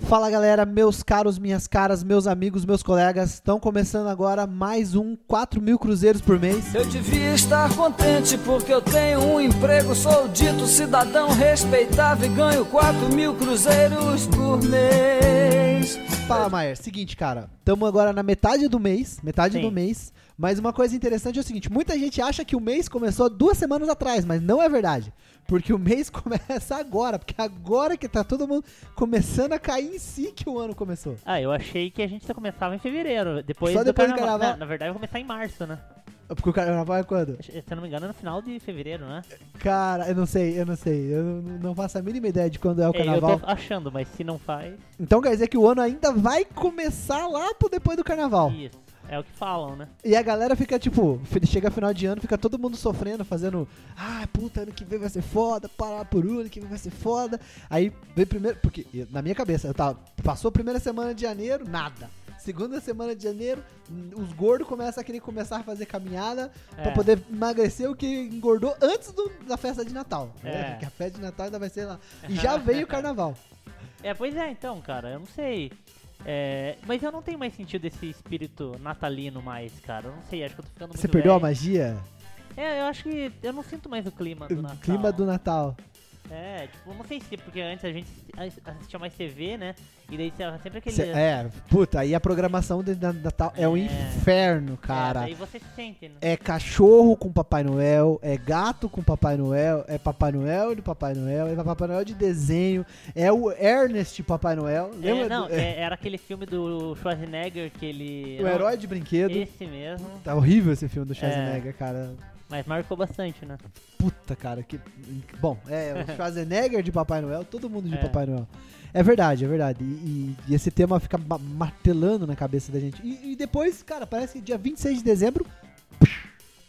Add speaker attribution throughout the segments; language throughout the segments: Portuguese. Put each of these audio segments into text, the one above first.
Speaker 1: Fala galera, meus caros, minhas caras, meus amigos, meus colegas, estão começando agora mais um 4 mil cruzeiros por mês.
Speaker 2: Eu devia estar contente porque eu tenho um emprego, sou dito cidadão respeitável e ganho 4 mil cruzeiros por mês.
Speaker 1: Fala, Maier, seguinte, cara, estamos agora na metade do mês, metade
Speaker 3: Sim.
Speaker 1: do mês, mas uma coisa interessante é o seguinte, muita gente acha que o mês começou duas semanas atrás, mas não é verdade, porque o mês começa agora, porque agora que tá todo mundo começando a cair em si que o ano começou.
Speaker 3: Ah, eu achei que a gente só começava em fevereiro. Depois
Speaker 1: Só
Speaker 3: do
Speaker 1: depois do
Speaker 3: carnaval.
Speaker 1: carnaval.
Speaker 3: Não, na verdade, vai começar em março, né?
Speaker 1: Porque o carnaval é quando?
Speaker 3: Se eu não me engano, é no final de fevereiro, né?
Speaker 1: Cara, eu não sei, eu não sei, eu não, não faço a mínima ideia de quando é o
Speaker 3: É,
Speaker 1: carnaval.
Speaker 3: Eu tô achando, mas se não faz.
Speaker 1: Então quer dizer que o ano ainda vai começar lá pro depois do carnaval.
Speaker 3: Isso. É o que falam, né?
Speaker 1: E a galera fica tipo, fe- chega final de ano, fica todo mundo sofrendo, fazendo, ah, puta, ano que vem vai ser foda, parar por um, ano que vem vai ser foda. Aí vem primeiro, porque e- na minha cabeça, eu tava, passou a primeira semana de janeiro, nada. Segunda semana de janeiro, hum, os gordos começam a querer começar a fazer caminhada pra
Speaker 3: É.
Speaker 1: poder emagrecer o que engordou antes do- da festa de Natal.
Speaker 3: É.
Speaker 1: Né? Porque a festa de Natal ainda vai ser lá. E já veio o carnaval.
Speaker 3: É, pois é, então, cara, eu não sei. É, mas eu não tenho mais sentido desse espírito natalino mais, cara. Eu não sei, acho que eu tô ficando muito
Speaker 1: Você perdeu a
Speaker 3: velho.
Speaker 1: magia?
Speaker 3: É, eu acho que eu não sinto mais o clima do Natal.
Speaker 1: O clima do Natal.
Speaker 3: É, tipo, não sei se porque antes a gente assistia mais TV, né? E daí tinha sempre aquele...
Speaker 1: Cê- é, puta, aí a programação de na- Natal é um
Speaker 3: É.
Speaker 1: inferno,
Speaker 3: É,
Speaker 1: cara.
Speaker 3: daí você se sente, né?
Speaker 1: É cachorro com Papai Noel, é gato com Papai Noel, é Papai Noel de Papai Noel, é Papai Noel de desenho, é o Ernest Papai Noel.
Speaker 3: É,
Speaker 1: Lembra?
Speaker 3: não,
Speaker 1: do- é,
Speaker 3: é- era aquele filme do Schwarzenegger que ele...
Speaker 1: o
Speaker 3: não,
Speaker 1: herói de brinquedo.
Speaker 3: Esse mesmo,
Speaker 1: Tá horrível esse
Speaker 3: É.
Speaker 1: filme do Schwarzenegger, cara.
Speaker 3: mas marcou bastante, né?
Speaker 1: Puta, cara, que. Bom, é o Schwarzenegger de Papai Noel, todo mundo de
Speaker 3: É.
Speaker 1: Papai Noel. É verdade, é verdade. E, e- e esse tema fica ma- martelando na cabeça da gente. E, e depois, cara, parece que dia 26 de dezembro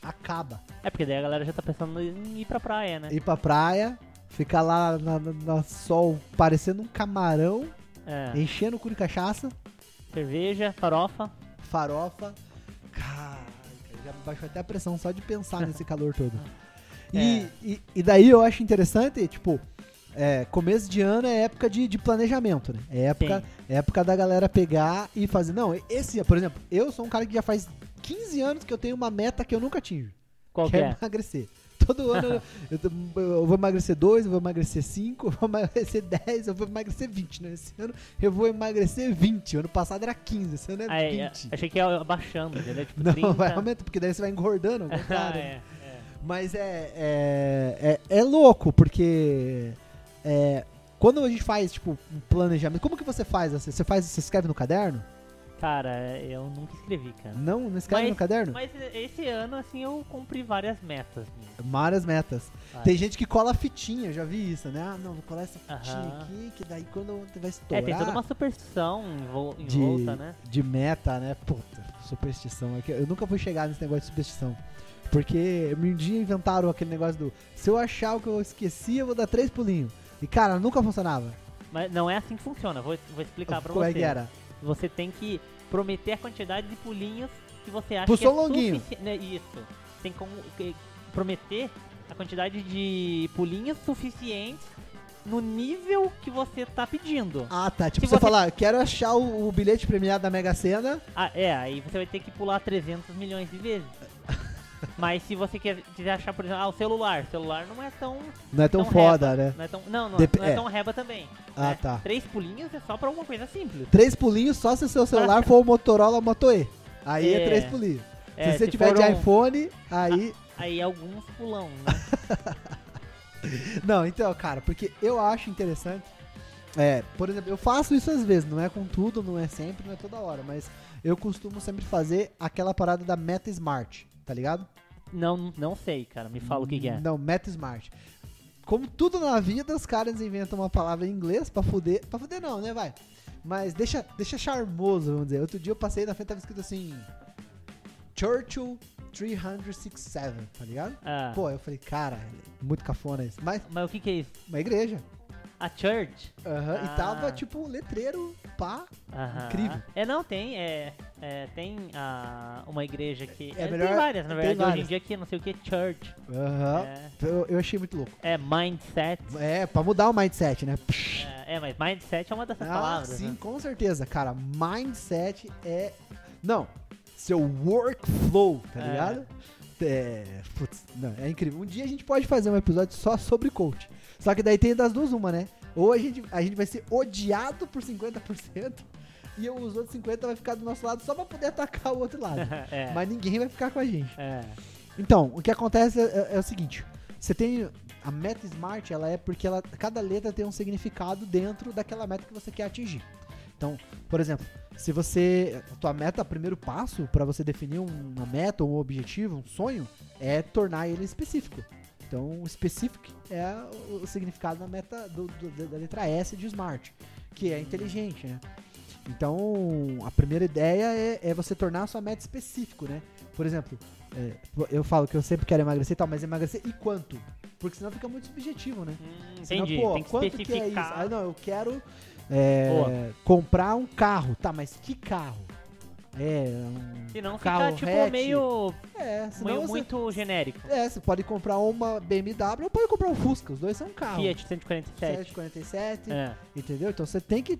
Speaker 1: acaba.
Speaker 3: É, porque daí a galera já tá pensando em ir pra praia, né?
Speaker 1: Ir pra praia, ficar lá na, na- na sol parecendo um camarão,
Speaker 3: É,
Speaker 1: enchendo o cu de cachaça,
Speaker 3: cerveja, farofa,
Speaker 1: farofa. Cara, já me baixou até a pressão só de pensar nesse calor todo. E,
Speaker 3: É.
Speaker 1: e, e daí eu acho interessante, tipo, é, começo de ano é época de, de planejamento, né? É época,
Speaker 3: Sim.
Speaker 1: é época da galera pegar e fazer. Não, esse, por exemplo, eu sou um cara que já faz 15 anos que eu tenho uma meta que eu nunca atinjo.
Speaker 3: qual
Speaker 1: que
Speaker 3: que
Speaker 1: é
Speaker 3: é?
Speaker 1: emagrecer. Todo ano eu- eu, tô- eu vou emagrecer 2, eu vou emagrecer 5, eu vou emagrecer 10, eu vou emagrecer 20, né? Esse ano eu vou emagrecer 20. O ano passado era 15, esse ano é
Speaker 3: Ah, é,
Speaker 1: 20.
Speaker 3: achei que ia abaixando, entendeu? Tipo,
Speaker 1: Não,
Speaker 3: 30.
Speaker 1: vai aumentando, porque daí você vai engordando. ao
Speaker 3: ah,
Speaker 1: contrário, né?
Speaker 3: é, é.
Speaker 1: Mas é, é, é, é louco, porque é, quando a gente faz, tipo, um planejamento, como que você faz? assim? Você faz, você escreve no caderno?
Speaker 3: Cara, eu nunca escrevi, cara.
Speaker 1: Não, não escreve
Speaker 3: Mas-
Speaker 1: no caderno?
Speaker 3: Mas esse ano, assim, eu cumpri várias metas né? minhas.
Speaker 1: Várias metas.
Speaker 3: Várias.
Speaker 1: Tem gente que cola fitinha, eu já vi isso, né? Ah, não, vou colar essa fitinha
Speaker 3: Aham.
Speaker 1: aqui, que daí quando vai
Speaker 3: É,
Speaker 1: estourar
Speaker 3: tem toda uma superstição em, vol- em
Speaker 1: De-
Speaker 3: volta, né?
Speaker 1: de meta, né? Puta, superstição. É que Eu nunca fui chegar nesse negócio de superstição. Porque um dia inventaram aquele negócio do se eu achar o que eu esqueci, eu vou dar três pulinhos. E, cara, nunca funcionava.
Speaker 3: Mas não é assim que funciona, vou, vou explicar pra
Speaker 1: Como
Speaker 3: você.
Speaker 1: é que era?
Speaker 3: Você tem que prometer a quantidade de pulinhos que você acha
Speaker 1: Pulsou
Speaker 3: que é
Speaker 1: longuinho.
Speaker 3: sufici- né, Isso. Tem como que- prometer a quantidade de pulinhos suficientes no nível que você tá pedindo.
Speaker 1: Ah, tá. Tipo,
Speaker 3: Se
Speaker 1: você,
Speaker 3: você-
Speaker 1: falar, quero achar o, o bilhete premiado da Mega Sena.
Speaker 3: Ah, é, aí você vai ter que pular 300 milhões de vezes. Mas se você quer, quiser achar, por exemplo, ah, o celular. O celular não é tão.
Speaker 1: Não é tão
Speaker 3: Então
Speaker 1: foda, né?
Speaker 3: Não, é tão, não, não,
Speaker 1: Dep-
Speaker 3: não é,
Speaker 1: é.
Speaker 3: tão reba também.
Speaker 1: Ah,
Speaker 3: né?
Speaker 1: tá.
Speaker 3: Três pulinhos é só pra uma coisa simples.
Speaker 1: Três pulinhos só se o seu celular for o Motorola Moto E. Aí é,
Speaker 3: É.
Speaker 1: três pulinhos.
Speaker 3: É,
Speaker 1: se você tiver
Speaker 3: for
Speaker 1: de
Speaker 3: um-
Speaker 1: iPhone, aí.
Speaker 3: Aí alguns pulão, né?
Speaker 1: Não, então, cara, porque eu acho interessante. É, por exemplo, eu faço isso às vezes, não é com tudo, não é sempre, não é toda hora, mas eu costumo sempre fazer aquela parada da Meta Smart, tá ligado?
Speaker 3: não, não sei, cara. Me fala o que, que é.
Speaker 1: Não, Meta Smart. Como tudo na vida, os caras inventam uma palavra em inglês pra fuder. Pra fuder não, né, vai? Mas deixa, deixa charmoso, vamos dizer. Outro dia eu passei na frente tava escrito assim... Churchill 367, tá ligado?
Speaker 3: Ah,
Speaker 1: Pô, eu falei, cara, muito cafona isso. Mas
Speaker 3: mas o que, que é isso?
Speaker 1: uma igreja.
Speaker 3: A Church.
Speaker 1: Aham,
Speaker 3: Ah.
Speaker 1: E tava, tipo, um letreiro, pá.
Speaker 3: Aham.
Speaker 1: Incrível.
Speaker 3: É, não, tem. É, é, tem ah, uma igreja que.
Speaker 1: É
Speaker 3: é,
Speaker 1: melhor-
Speaker 3: tem várias, na
Speaker 1: tem
Speaker 3: verdade. Hoje em
Speaker 1: várias.
Speaker 3: dia que é não sei o que, church.
Speaker 1: Aham.
Speaker 3: É.
Speaker 1: Eu, Então, eu achei muito louco.
Speaker 3: É mindset.
Speaker 1: É, pra mudar o mindset, né? Psh.
Speaker 3: É, é, mas mindset é uma dessas
Speaker 1: Ah,
Speaker 3: palavras.
Speaker 1: sim,
Speaker 3: né?
Speaker 1: com certeza, cara. Mindset é. Não, seu workflow, tá
Speaker 3: É.
Speaker 1: ligado? É. Putz, não, é incrível. Um dia a gente pode fazer um episódio só sobre coach. Só que daí tem das duas uma, né? Ou a gente, a gente vai ser odiado por 50% e os outros 50% vai ficar do nosso lado só pra poder atacar o outro lado.
Speaker 3: é.
Speaker 1: Mas ninguém vai ficar com a gente.
Speaker 3: é.
Speaker 1: Então, o que acontece é, é- é o seguinte: você tem a meta smart, ela é porque ela, cada letra tem um significado dentro daquela meta que você quer atingir. Então, por exemplo, se você a tua meta, o primeiro passo para você definir um- uma meta, um objetivo, um sonho, é tornar ele específico. Então, specific é o o significado da meta do- do- da- da letra S de smart, que é inteligente, né? Então, a primeira ideia é, é você tornar a sua meta específico, né? Por exemplo, é, eu falo que eu sempre quero emagrecer e tal, mas emagrecer e quanto? Porque senão fica muito subjetivo, né?
Speaker 3: Hum,
Speaker 1: Senão,
Speaker 3: entendi.
Speaker 1: pô,
Speaker 3: tem que
Speaker 1: quanto que é isso?
Speaker 3: especificar.
Speaker 1: Ah, não, eu quero é,
Speaker 3: Boa.
Speaker 1: comprar um carro. Tá, mas que carro? É, um...
Speaker 3: Senão fica,
Speaker 1: Carrorete.
Speaker 3: tipo, meio,
Speaker 1: É,
Speaker 3: meio
Speaker 1: senão você...
Speaker 3: muito genérico.
Speaker 1: É, você pode comprar uma BMW ou pode comprar um Fusca. Os dois são carros.
Speaker 3: Fiat 147.
Speaker 1: 747,
Speaker 3: É.
Speaker 1: Entendeu? Então você tem que.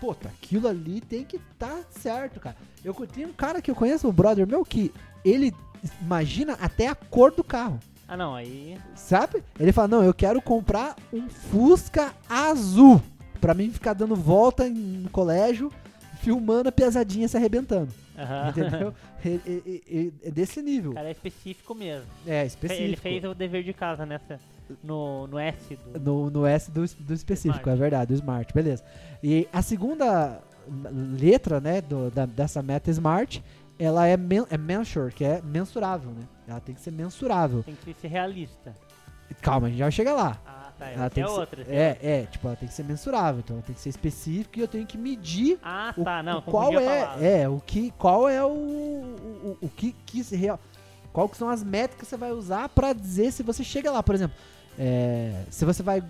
Speaker 1: Puta, aquilo ali tem que tá certo, cara. Eu co- tem um cara que eu conheço, um brother meu, que ele imagina até a cor do carro.
Speaker 3: Ah, não, aí.
Speaker 1: Sabe? Ele fala, não, eu quero comprar um Fusca azul. Pra mim ficar dando volta em- no colégio, filmando a pesadinha se arrebentando.
Speaker 3: Aham.
Speaker 1: Entendeu? E- e- e- e- é desse nível.
Speaker 3: O Ah. cara é específico mesmo.
Speaker 1: É,
Speaker 3: Fe-
Speaker 1: específico.
Speaker 3: Ele fez o dever de casa nessa. No, no S do.
Speaker 1: No, no S do, do específico,
Speaker 3: Smart.
Speaker 1: é verdade, do Smart, beleza. E a segunda letra, né, do- da- dessa meta Smart, ela é, men, é mensure, que é mensurável, né? Ela tem que ser mensurável.
Speaker 3: Tem que ser realista.
Speaker 1: Calma, a gente já chega lá.
Speaker 3: Ah, tá.
Speaker 1: Ela
Speaker 3: Essa
Speaker 1: tem
Speaker 3: é
Speaker 1: que ser-
Speaker 3: outra. essa é
Speaker 1: é, é, tipo, ela tem que ser mensurável, então ela tem que ser específica e eu tenho que medir
Speaker 3: Ah,
Speaker 1: o,
Speaker 3: tá, não,
Speaker 1: o qual
Speaker 3: confundi a palavra.
Speaker 1: é, é, o que, qual é o, o, o- o que, que se real, qual que são as métricas que você vai usar pra dizer se você chega lá, por exemplo, é, se você vai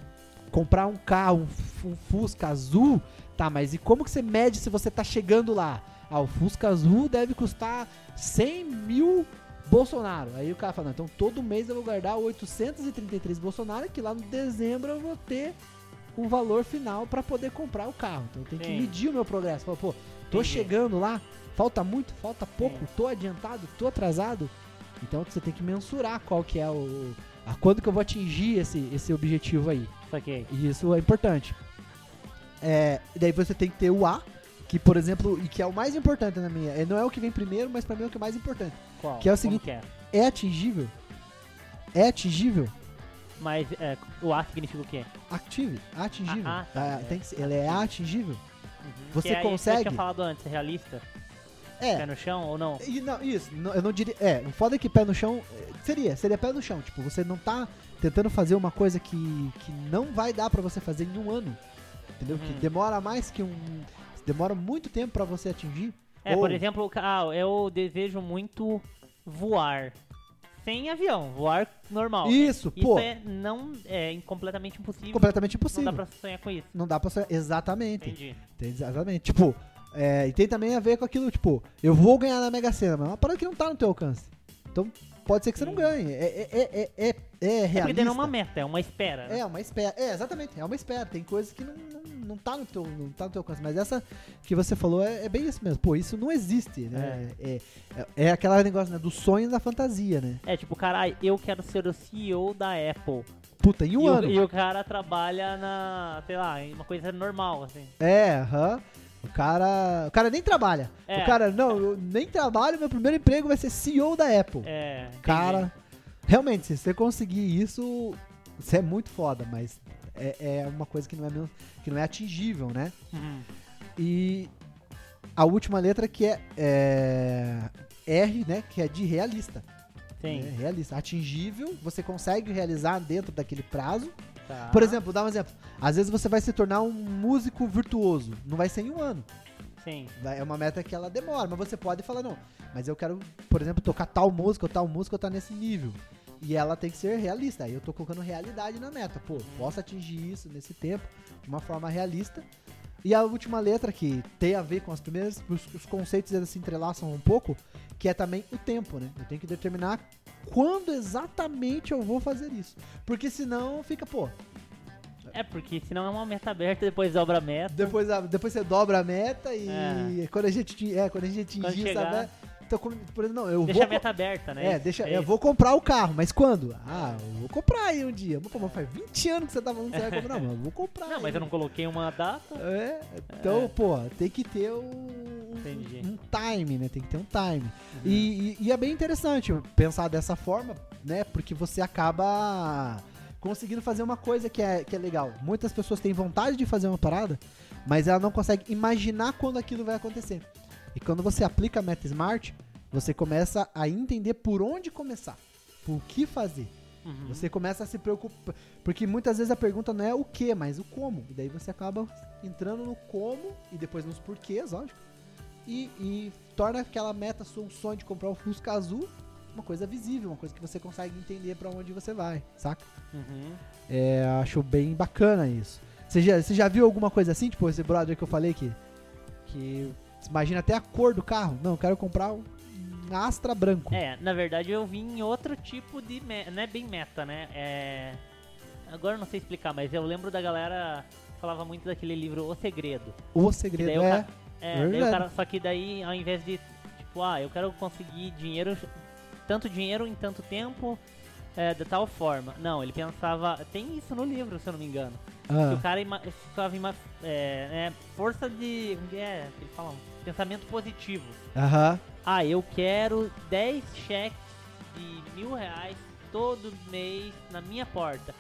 Speaker 1: comprar um carro, um, F- um Fusca azul, tá, mas e como que você mede se você tá chegando lá? Ah, o Fusca azul deve custar 100 mil Bolsonaro. Aí o cara fala, não, então todo mês eu vou guardar 833 Bolsonaro, que lá no dezembro eu vou ter um valor final pra poder comprar o carro. Então tem que
Speaker 3: Sim.
Speaker 1: medir o meu progresso. Fala, pô, tô
Speaker 3: Entendi.
Speaker 1: chegando lá, falta muito, falta pouco,
Speaker 3: Sim.
Speaker 1: tô adiantado, tô atrasado. Então você tem que mensurar qual que é o... A quando que eu vou atingir esse, esse objetivo aí.
Speaker 3: Saquei.
Speaker 1: E isso é importante. É, e daí você tem que ter o A, que por exemplo, e que é o mais importante na minha. é, Não é o que vem primeiro, mas pra mim é o que é mais importante.
Speaker 3: Qual?
Speaker 1: Que é o
Speaker 3: Como
Speaker 1: seguinte-
Speaker 3: que é?
Speaker 1: É atingível? É atingível?
Speaker 3: Mas é, o A significa o quê?
Speaker 1: Active, atingível.
Speaker 3: Ah, ah, tá,
Speaker 1: Ah,
Speaker 3: é.
Speaker 1: tem que ser- Ela é atingível? Você
Speaker 3: que é isso Que eu
Speaker 1: consegue?
Speaker 3: tinha falado antes, é realista? Pé
Speaker 1: É.
Speaker 3: no chão ou não?
Speaker 1: E não, isso, não- eu não diria. É, o foda é que pé no chão. eh, Seria, seria pé no chão. Tipo, você não tá tentando fazer uma coisa que, que não vai dar pra você fazer em um ano. Entendeu? Que
Speaker 3: Uhum.
Speaker 1: demora mais que um. Demora muito tempo pra você atingir.
Speaker 3: É,
Speaker 1: Ou-
Speaker 3: por exemplo, o ca- ah, eu desejo muito voar. Sem avião, voar normal.
Speaker 1: Isso,
Speaker 3: Isso
Speaker 1: pô.
Speaker 3: é não é completamente impossível.
Speaker 1: completamente
Speaker 3: Não
Speaker 1: impossível.
Speaker 3: dá pra sonhar com isso.
Speaker 1: ser. Exatamente.
Speaker 3: Entendi.
Speaker 1: Tem- Exatamente. Tipo, é, e tem também a ver com aquilo, tipo, eu vou ganhar na Mega Sena, mas é uma parada que não tá no teu alcance. Então, pode ser que você não
Speaker 3: Sim.
Speaker 1: ganhe. É, é, é, é, é, é
Speaker 3: É porque daí
Speaker 1: realista.
Speaker 3: não é uma meta, é uma espera. né?
Speaker 1: É uma espera. É, exatamente. É uma espera. Tem coisas que não, não, não, tá no teu, não tá no teu alcance. Mas essa que você falou é, é bem isso mesmo. Pô, isso não existe, né? É, é, é aquela negócio, né? Do sonho e da fantasia, né?
Speaker 3: É tipo, caralho, eu quero ser o CEO da Apple.
Speaker 1: Puta, em um
Speaker 3: e,
Speaker 1: ano.
Speaker 3: O, e o cara trabalha na, sei lá, em uma coisa normal, assim.
Speaker 1: É, aham. O cara. O cara nem trabalha.
Speaker 3: É.
Speaker 1: O cara, não, eu nem trabalho, meu primeiro emprego vai ser CEO da Apple.
Speaker 3: É.
Speaker 1: Cara, realmente, se você conseguir isso, você é muito foda, mas é, é uma coisa que não é, men- que não é atingível, né?
Speaker 3: entendi. Uhum.
Speaker 1: E a última letra que é, é, R, né? Que é de realista. né?
Speaker 3: Sim.
Speaker 1: Realista. Atingível, você consegue realizar dentro daquele prazo.
Speaker 3: tá.
Speaker 1: Por exemplo, dá um exemplo. Às vezes você vai se tornar um músico virtuoso. Não vai ser em um ano.
Speaker 3: Sim.
Speaker 1: Vai- É uma meta que ela demora, mas você pode falar, não, mas eu quero, por exemplo, tocar tal música ou tal música ou tá nesse nível. E ela tem que ser realista. Aí eu tô colocando realidade na meta. Pô, posso atingir isso nesse tempo de uma forma realista. E a última letra que tem a ver com as primeiras, os, os conceitos eles se entrelaçam um pouco, que é também o tempo, né? Eu tenho que determinar quando exatamente eu vou fazer isso. Porque senão fica, pô,
Speaker 3: É, porque senão é uma meta aberta, depois dobra a meta.
Speaker 1: depois, a- depois você dobra a meta e
Speaker 3: É.
Speaker 1: quando a gente atingir, é, quando a gente
Speaker 3: Quando
Speaker 1: atingir essa
Speaker 3: chegar.
Speaker 1: meta, então, como- por exemplo, não, eu
Speaker 3: Deixa
Speaker 1: vou
Speaker 3: a meta aberta, né?
Speaker 1: É,
Speaker 3: Isso,
Speaker 1: deixa. eu
Speaker 3: isso.
Speaker 1: vou comprar o carro, mas quando? Ah, eu vou comprar aí um dia. Mas, pô, mas faz 20 anos que você tá falando que você vai comprar, mas eu vou comprar.
Speaker 3: Não,
Speaker 1: aí.
Speaker 3: mas eu não coloquei uma data.
Speaker 1: É, então, pô, tem que ter um,
Speaker 3: Entendi.
Speaker 1: um time, né? Tem que ter um time. E, e- e é bem interessante pensar dessa forma, né? Porque você acaba conseguindo fazer uma coisa que é, que é legal. Muitas pessoas têm vontade de fazer uma parada, mas ela não consegue imaginar quando aquilo vai acontecer. E quando você aplica a meta smart, você começa a entender por onde começar, por que fazer.
Speaker 3: Uhum.
Speaker 1: Você começa a se preocupar. Porque muitas vezes a pergunta não é o que, mas o como. E daí você acaba entrando no como e depois nos porquês, lógico. E, e torna aquela meta sua um sonho de comprar o Fusca Azul uma coisa visível, uma coisa que você consegue entender pra onde você vai, saca?
Speaker 3: Uhum.
Speaker 1: É, acho bem bacana isso. Você já, você já viu alguma coisa assim, tipo esse brother que eu falei que. Que. você Imagina até a cor do carro. Não, eu quero comprar um Astra branco.
Speaker 3: É, na verdade eu vim em outro tipo de. Me... Não é bem meta, né? É. Agora eu não sei explicar, mas eu lembro da galera que falava muito daquele livro O Segredo.
Speaker 1: O
Speaker 3: Que
Speaker 1: segredo
Speaker 3: daí o
Speaker 1: é.
Speaker 3: ca- é, daí o
Speaker 1: Verdade.
Speaker 3: cara- só que daí ao invés de tipo, ah, eu quero conseguir dinheiro, tanto dinheiro em tanto tempo, é, de tal forma. Não, ele pensava, tem isso no livro, se eu não me engano. Que o
Speaker 1: Ah,
Speaker 3: cara ima- ficava ima- é, é, força de, como que é, que ele fala, pensamento positivo.
Speaker 1: Aham.
Speaker 3: Ah, eu quero 10 cheques de mil reais todo mês na minha porta.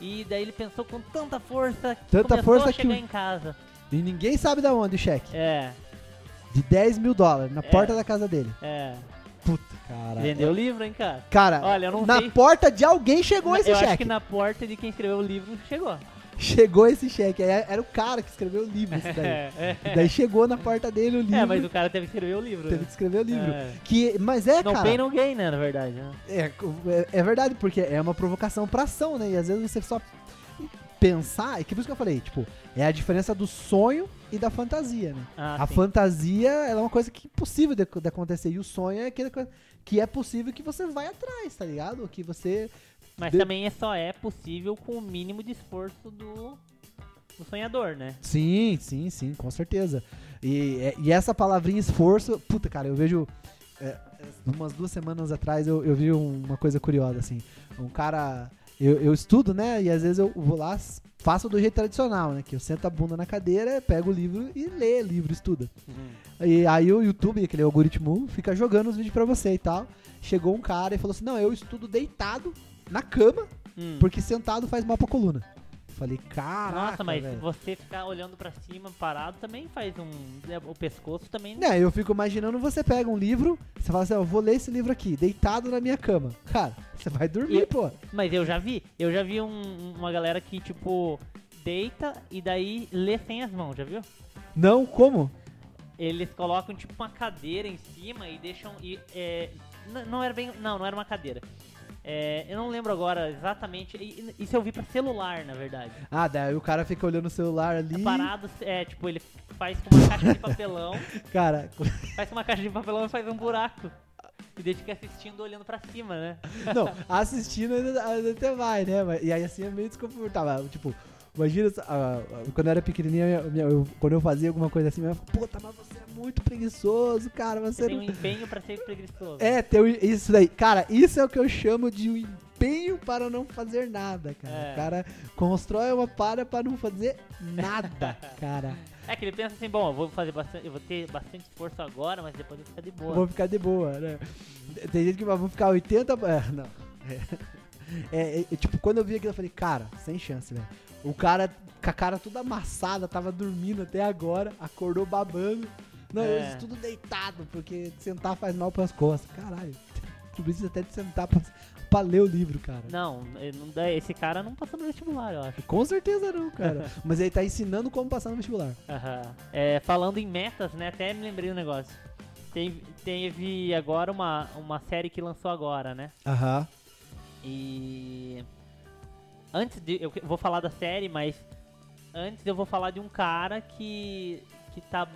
Speaker 3: E daí ele pensou com tanta força que
Speaker 1: Tanta
Speaker 3: começou
Speaker 1: força
Speaker 3: a
Speaker 1: que
Speaker 3: chegar
Speaker 1: o-
Speaker 3: em casa.
Speaker 1: E ninguém sabe da onde o cheque.
Speaker 3: É,
Speaker 1: De 10 mil dólares na
Speaker 3: É.
Speaker 1: porta da casa dele.
Speaker 3: é.
Speaker 1: Puta, cara.
Speaker 3: Vendeu o livro, hein, cara?
Speaker 1: Cara,
Speaker 3: Olha, eu não
Speaker 1: na
Speaker 3: sei.
Speaker 1: porta de alguém chegou esse
Speaker 3: eu acho
Speaker 1: cheque.
Speaker 3: que na porta de quem escreveu o livro chegou.
Speaker 1: Chegou esse cheque. Aí Era o cara que escreveu o livro, esse daí.
Speaker 3: É, é.
Speaker 1: E Daí chegou na porta dele o livro.
Speaker 3: É, mas o cara teve que escrever o livro.
Speaker 1: Teve
Speaker 3: né?
Speaker 1: que escrever o livro.
Speaker 3: É.
Speaker 1: Que, mas é,
Speaker 3: Não
Speaker 1: cara.
Speaker 3: pay, não gain, né, na verdade. né?
Speaker 1: É, é, é verdade, porque é uma provocação pra ação, né? E às vezes você só pensar. É que por isso que eu falei, tipo, é a diferença do sonho e da fantasia, né?
Speaker 3: Ah,
Speaker 1: a
Speaker 3: sim.
Speaker 1: fantasia ela é uma coisa que é impossível de, de acontecer. E o sonho é aquela coisa que é possível que você vai atrás, tá ligado? Que você.
Speaker 3: Mas
Speaker 1: de-
Speaker 3: também é só é possível com o mínimo de esforço do, do sonhador, né?
Speaker 1: Sim, sim, sim, com certeza. E, é- e essa palavrinha esforço, puta, cara, eu vejo. é, umas duas semanas atrás eu, eu vi uma coisa curiosa, assim. Um cara. Eu, eu estudo, né? E às vezes eu vou lá, s- faço do jeito tradicional, né? Que eu sento a bunda na cadeira, pego o livro e lê livro, estuda. E aí o YouTube, aquele algoritmo, fica jogando os vídeos pra você e tal. Chegou um cara e falou assim: Não, eu estudo deitado na cama,
Speaker 3: Hum.
Speaker 1: porque sentado faz mal pra coluna. Falei, caraca.
Speaker 3: Nossa, mas
Speaker 1: velho."
Speaker 3: se você ficar olhando pra cima parado também faz um. né, O pescoço também.
Speaker 1: Né, eu fico imaginando você pega um livro, você fala assim, ó, eu vou ler esse livro aqui, deitado na minha cama. Cara, você vai dormir,
Speaker 3: E-
Speaker 1: pô.
Speaker 3: Mas eu já vi. Eu já vi um- uma galera que, tipo, deita e daí lê sem as mãos, já viu?
Speaker 1: Não, como?
Speaker 3: Eles colocam tipo uma cadeira em cima e deixam. E, é, n- não era bem. Não, não era uma cadeira. É, eu não lembro agora exatamente. e- Isso eu vi pra celular, na verdade.
Speaker 1: Ah, daí o cara fica olhando o celular ali.
Speaker 3: Parado, é, tipo, ele faz com uma caixa de papelão.
Speaker 1: Cara,
Speaker 3: faz com uma caixa de papelão e faz um buraco. E deixa que assistindo olhando pra cima, né?
Speaker 1: Não, assistindo ainda- ainda até vai, né? Mas- E aí assim é meio desconfortável. Tipo, imagina, ah, ah, quando eu era pequenininha, minha- minha- eu- quando eu fazia alguma coisa assim, minha mãe falava, puta, mas você é muito preguiçoso, cara, você
Speaker 3: Tem um
Speaker 1: não...
Speaker 3: empenho pra ser preguiçoso.
Speaker 1: É, tem o- isso daí. Cara, isso é o que eu chamo de um empenho para não fazer nada, cara.
Speaker 3: É.
Speaker 1: O cara constrói uma para para não fazer nada, cara.
Speaker 3: É que ele pensa assim, bom, eu vou fazer bastante. Eu vou ter bastante esforço agora, mas depois eu vou ficar de
Speaker 1: Eu
Speaker 3: boa.
Speaker 1: Vou ficar de boa, né? Tem gente que vai vou ficar 80. ba- é, Não. É, é, é, tipo, quando eu vi aquilo, eu falei, cara, sem chance, velho. O cara com a cara toda amassada, tava dormindo até agora, acordou babando. Não,
Speaker 3: É.
Speaker 1: eu estudo deitado, porque sentar faz mal pras costas. Caralho, tu precisa até de sentar pra, pra ler o livro, cara.
Speaker 3: Não, ele não dá- esse cara não passou no vestibular, eu acho.
Speaker 1: Com certeza não, cara. Mas ele tá ensinando como passar no vestibular.
Speaker 3: Aham. É, falando em metas, né? Até me lembrei do negócio. Tem- Teve, agora uma, uma série que lançou agora, né?
Speaker 1: Aham.
Speaker 3: E antes de eu que- vou falar da série, mas antes eu vou falar de um cara que que tá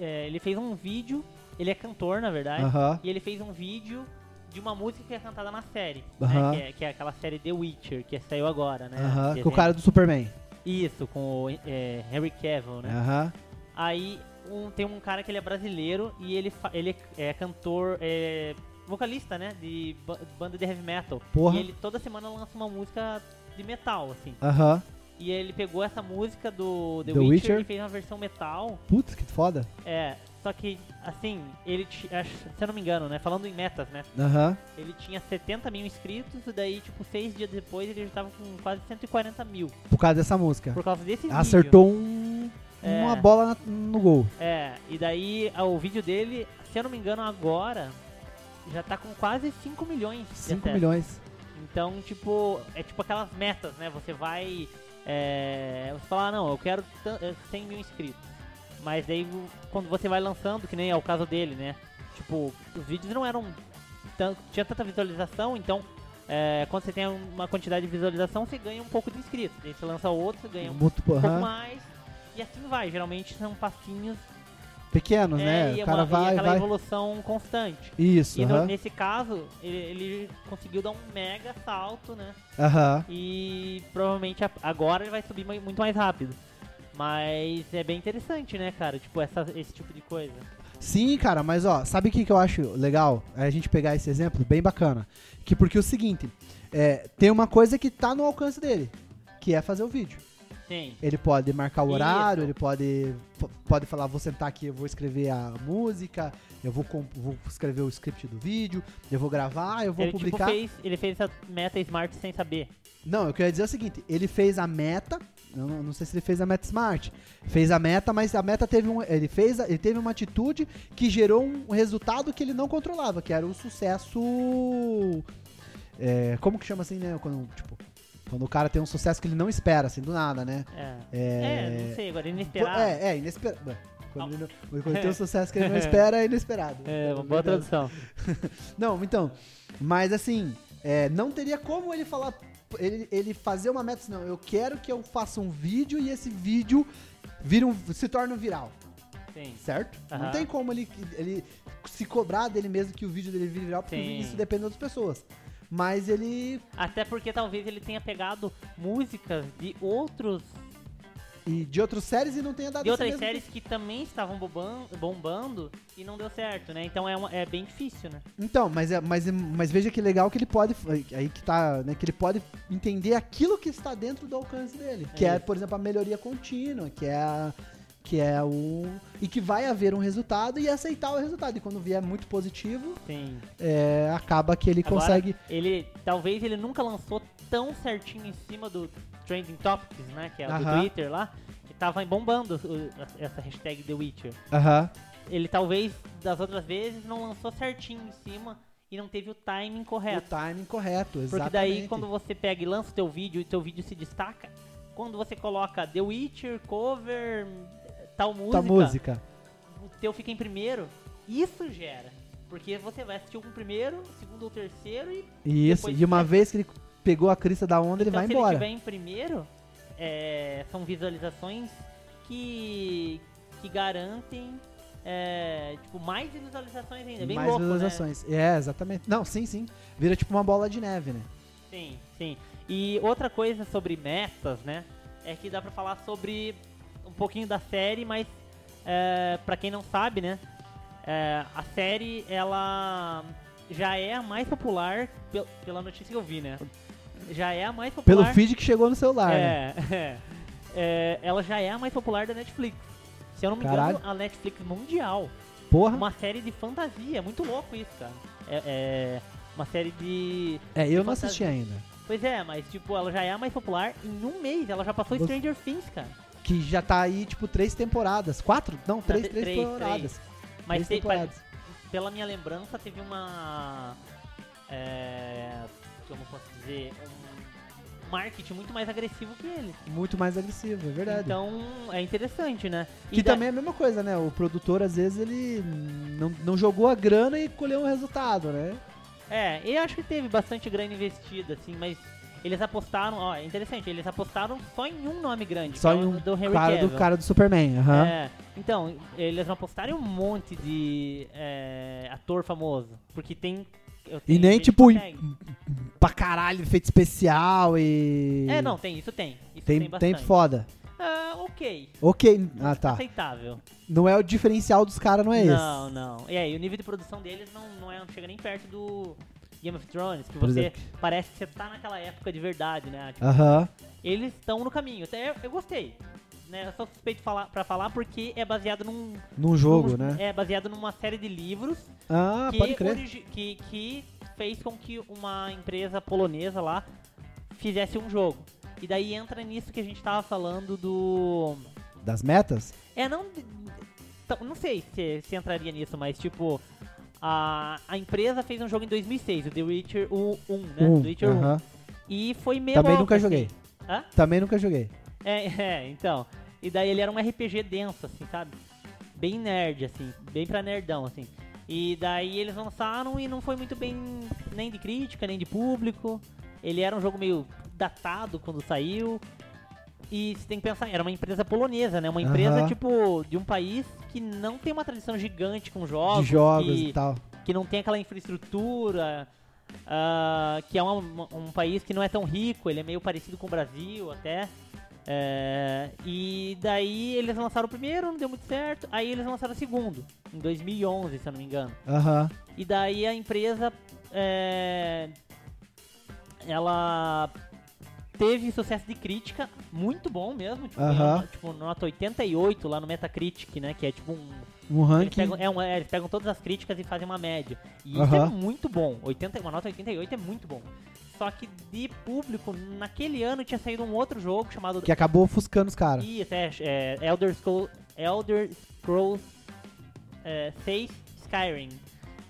Speaker 3: é, ele fez um vídeo, ele é cantor na verdade,
Speaker 1: Aham.
Speaker 3: e ele fez um vídeo de uma música que é cantada na série,
Speaker 1: Aham.
Speaker 3: né, que, é, que é aquela série The Witcher que saiu agora, né?
Speaker 1: Aham.
Speaker 3: de
Speaker 1: Com o cara do Superman.
Speaker 3: isso, com o é, Henry Cavill, né?
Speaker 1: Aham.
Speaker 3: Aí um- tem um cara que ele é brasileiro e ele, fa- ele é cantor, é vocalista, né? De ba- banda de heavy metal.
Speaker 1: Porra.
Speaker 3: E ele toda semana lança uma música de metal, assim.
Speaker 1: Aham.
Speaker 3: E ele pegou essa música do The,
Speaker 1: The
Speaker 3: Witcher,
Speaker 1: Witcher.
Speaker 3: e fez uma versão metal.
Speaker 1: Putz, que foda.
Speaker 3: É, só que, assim, ele, ti- acho- se eu não me engano, né? Falando em metas, né?
Speaker 1: Aham.
Speaker 3: Ele tinha 70 mil inscritos e daí, tipo, seis dias depois ele já tava com quase 140 mil.
Speaker 1: Por causa dessa música.
Speaker 3: Por causa desse vídeo.
Speaker 1: Acertou um- uma
Speaker 3: É.
Speaker 1: bola na- no gol.
Speaker 3: É, e daí ah, o vídeo dele, se eu não me engano, agora já tá com quase 5 milhões. de
Speaker 1: 5
Speaker 3: acessos.
Speaker 1: milhões.
Speaker 3: Então, tipo, é tipo aquelas metas, né? Você vai. É, você fala, ah, não, eu quero tan- eh, 100 mil inscritos. Mas daí, o- quando você vai lançando, que nem é o caso dele, né? Tipo, os vídeos não eram. Tan tinha tanta visualização, então. é, quando você tem uma quantidade de visualização, você ganha um pouco de inscritos. Daí você lança outro, você ganha um
Speaker 1: Muito,
Speaker 3: pouco
Speaker 1: aham.
Speaker 3: mais. E assim vai. Geralmente são passinhos
Speaker 1: Pequenos,
Speaker 3: é,
Speaker 1: né?
Speaker 3: e
Speaker 1: O
Speaker 3: é
Speaker 1: cara
Speaker 3: uma- e é
Speaker 1: vai,
Speaker 3: aquela
Speaker 1: vai.
Speaker 3: evolução constante.
Speaker 1: Isso,
Speaker 3: E no-
Speaker 1: aham.
Speaker 3: nesse caso, ele, ele conseguiu dar um mega salto, né?
Speaker 1: Aham.
Speaker 3: E provavelmente a- agora ele vai subir mai- muito mais rápido. Mas é bem interessante, né, cara? Tipo, essa, esse tipo de coisa.
Speaker 1: Sim, cara, mas ó, sabe o que, que eu acho legal? É a gente pegar esse exemplo bem bacana. Que porque é o seguinte, é, tem uma coisa que tá no alcance dele, que é fazer o vídeo.
Speaker 3: Sim.
Speaker 1: Ele pode marcar o
Speaker 3: Isso.
Speaker 1: horário, ele pode, po- pode falar, vou sentar aqui, eu vou escrever a música, eu vou, com- vou escrever o script do vídeo, eu vou gravar, eu vou
Speaker 3: ele, tipo,
Speaker 1: publicar.
Speaker 3: fez, ele fez essa meta smart sem saber.
Speaker 1: Não, eu queria dizer o seguinte, ele fez a meta, eu não, não sei se ele fez a meta smart, fez a meta, mas a meta teve um, ele fez, a- ele teve uma atitude que gerou um resultado que ele não controlava, que era o sucesso, é, como que chama assim, né, quando, tipo, quando o cara tem um sucesso que ele não espera, assim, do nada, né?
Speaker 3: É,
Speaker 1: É,
Speaker 3: É, não sei, agora inesperado. É,
Speaker 1: é, é inesperado. Quando, ele não- quando tem um sucesso que ele não espera, é inesperado.
Speaker 3: uma boa tradução.
Speaker 1: Não, então. Mas assim, é, não teria como ele falar. Ele, ele fazer uma meta assim, não. Eu quero que eu faça um vídeo e esse vídeo vira um, se torne um viral,
Speaker 3: Sim.
Speaker 1: certo? Não
Speaker 3: Aham.
Speaker 1: tem como ele, ele se cobrar dele mesmo que o vídeo dele vire viral, porque
Speaker 3: Sim.
Speaker 1: isso depende de outras pessoas. Mas ele.
Speaker 3: Até porque talvez ele tenha pegado músicas de outros
Speaker 1: E de outras séries e não tenha dado
Speaker 3: de
Speaker 1: essa
Speaker 3: outras
Speaker 1: mesma-
Speaker 3: séries que também estavam bombando, bombando e não deu certo, né? Então é, uma- é bem difícil, né?
Speaker 1: Então, mas, é- mas, é- mas veja que legal que ele pode. Aí que tá, né? Que ele pode entender aquilo que está dentro do alcance dele. Que é,
Speaker 3: isso.
Speaker 1: por exemplo, a melhoria contínua, que é a- Que é o. E que vai haver um resultado e aceitar o resultado. E quando vier muito positivo,
Speaker 3: Sim.
Speaker 1: é, acaba que ele
Speaker 3: Agora-
Speaker 1: consegue.
Speaker 3: Ele talvez ele nunca lançou tão certinho em cima do trending topics, né? Que é o do
Speaker 1: Aham.
Speaker 3: Twitter lá, que tava bombando o- essa hashtag The Witcher.
Speaker 1: Aham.
Speaker 3: Ele talvez das outras vezes não lançou certinho em cima e não teve o timing
Speaker 1: O
Speaker 3: correto.
Speaker 1: timing correto, exatamente.
Speaker 3: Porque daí quando você pega e lança o teu vídeo e teu vídeo se destaca, quando você coloca The Witcher cover tal
Speaker 1: Tá música.
Speaker 3: o teu fica em primeiro, isso gera. Porque você vai assistir um primeiro, segundo ou terceiro e
Speaker 1: Isso.
Speaker 3: depois-
Speaker 1: E uma vez que ele pegou a crista da onda, ele
Speaker 3: então,
Speaker 1: vai
Speaker 3: se
Speaker 1: embora.
Speaker 3: ele estiver em primeiro, é, são visualizações que, que garantem é, tipo, mais visualizações ainda. É bem
Speaker 1: Mais
Speaker 3: louco, né?
Speaker 1: visualizações. É, exatamente. Não, sim, sim. Vira tipo uma bola de neve, né?
Speaker 3: Sim, sim. E outra coisa sobre metas, né? É que dá pra falar sobre um pouquinho da série, mas é, para quem não sabe, né? é, a série, ela já é a mais popular, pel- pela notícia que eu vi, né? Já é a mais
Speaker 1: Pelo
Speaker 3: popular.
Speaker 1: feed que chegou no celular, né?
Speaker 3: é, é, É, Ela já é a mais popular da Netflix. Se eu não me
Speaker 1: Caralho.
Speaker 3: engano, a Netflix mundial.
Speaker 1: Porra.
Speaker 3: Uma série de fantasia. É muito louco isso, cara. É- é uma série de
Speaker 1: É, eu não
Speaker 3: Fantasia.
Speaker 1: assisti ainda.
Speaker 3: Pois é, mas tipo, ela já é a mais popular em um mês, ela já passou
Speaker 1: Você-
Speaker 3: Stranger Things, cara.
Speaker 1: Que já tá aí, tipo, três temporadas. Quatro? Não, três,
Speaker 3: te-
Speaker 1: três,
Speaker 3: três,
Speaker 1: temporadas.
Speaker 3: Mas
Speaker 1: três
Speaker 3: tem- pa-
Speaker 1: temporadas.
Speaker 3: pela minha lembrança teve uma. É, como eu posso dizer? Um marketing muito mais agressivo que ele.
Speaker 1: Muito mais agressivo, é verdade.
Speaker 3: Então é interessante, né?
Speaker 1: que
Speaker 3: da-
Speaker 1: também é a mesma coisa, né? O produtor, às vezes, ele não, não jogou a grana e colheu um resultado, né?
Speaker 3: É, eu acho que teve bastante grana investida, assim, mas eles apostaram, ó, é interessante, eles apostaram só em um nome grande,
Speaker 1: Só
Speaker 3: que é
Speaker 1: em
Speaker 3: o
Speaker 1: um
Speaker 3: do Henry
Speaker 1: cara
Speaker 3: Cavill.
Speaker 1: do cara do Superman, aham.
Speaker 3: É, então, eles não apostaram em um monte de é, ator famoso, porque tem... eu
Speaker 1: E
Speaker 3: tenho
Speaker 1: nem,
Speaker 3: gente
Speaker 1: tipo,
Speaker 3: que
Speaker 1: em-
Speaker 3: consegue.
Speaker 1: pra caralho, efeito especial e.
Speaker 3: É, não, tem, isso tem. Isso
Speaker 1: Tem,
Speaker 3: tem,
Speaker 1: tem
Speaker 3: bastante.
Speaker 1: foda.
Speaker 3: Ah, ok,
Speaker 1: Ok. Ah, tá.
Speaker 3: aceitável.
Speaker 1: Não é o diferencial dos caras, não é esse.
Speaker 3: Não, não. E aí, o nível de produção deles não, não, é, não chega nem perto do Game of Thrones, que
Speaker 1: Por
Speaker 3: você
Speaker 1: exemplo.
Speaker 3: parece que você tá naquela época de verdade, né? Tipo,
Speaker 1: Aham.
Speaker 3: eles estão no caminho. Até eu, eu gostei. Né? Eu sou suspeito falar, pra falar porque é baseado num.
Speaker 1: Num jogo,
Speaker 3: num-
Speaker 1: né?
Speaker 3: É baseado numa série de livros
Speaker 1: Ah,
Speaker 3: que,
Speaker 1: pode crer.
Speaker 3: origi- que, que fez com que uma empresa polonesa lá fizesse um jogo. E daí entra nisso que a gente tava falando do.
Speaker 1: Das metas?
Speaker 3: É, não. t- Não sei se, se entraria nisso, mas tipo. A, a empresa fez um jogo em 2006, o The Witcher 1, né?
Speaker 1: Um,
Speaker 3: The Witcher 1.
Speaker 1: aham.
Speaker 3: E foi meio.
Speaker 1: Também
Speaker 3: oca,
Speaker 1: nunca
Speaker 3: assim.
Speaker 1: joguei.
Speaker 3: Hã?
Speaker 1: Também nunca joguei.
Speaker 3: É, é, então. E daí ele era um RPG denso, assim, sabe? Bem nerd, assim, bem pra nerdão, assim. E daí eles lançaram e não foi muito bem nem de crítica, nem de público. Ele era um jogo meio datado quando saiu. E você tem que pensar, era uma empresa polonesa, né? Uma empresa,
Speaker 1: Aham.
Speaker 3: tipo, de um país que não tem uma tradição gigante com jogos.
Speaker 1: De jogos
Speaker 3: que-
Speaker 1: e tal.
Speaker 3: que não tem aquela infraestrutura, ah, que é uma- um país que não é tão rico, ele é meio parecido com o Brasil até. É, e daí eles lançaram o primeiro, não deu muito certo, aí eles lançaram o segundo, em 2011, se eu não me engano.
Speaker 1: Aham.
Speaker 3: E daí a empresa, é, ela teve sucesso de crítica, muito bom mesmo, tipo,
Speaker 1: Aham.
Speaker 3: ganhou, tipo, nota 88 lá no Metacritic, né, que é tipo um
Speaker 1: Um
Speaker 3: eles
Speaker 1: ranking.
Speaker 3: pegam, é um- é, eles pegam todas as críticas e fazem uma média. E isso é
Speaker 1: Aham.
Speaker 3: muito bom. 80, uma nota 88 é muito bom. Só que de público, naquele ano tinha saído um outro jogo chamado.
Speaker 1: Que acabou ofuscando os caras.
Speaker 3: Isso, é, é, Elder Scrolls, Elder Scrolls é, 6 Skyrim.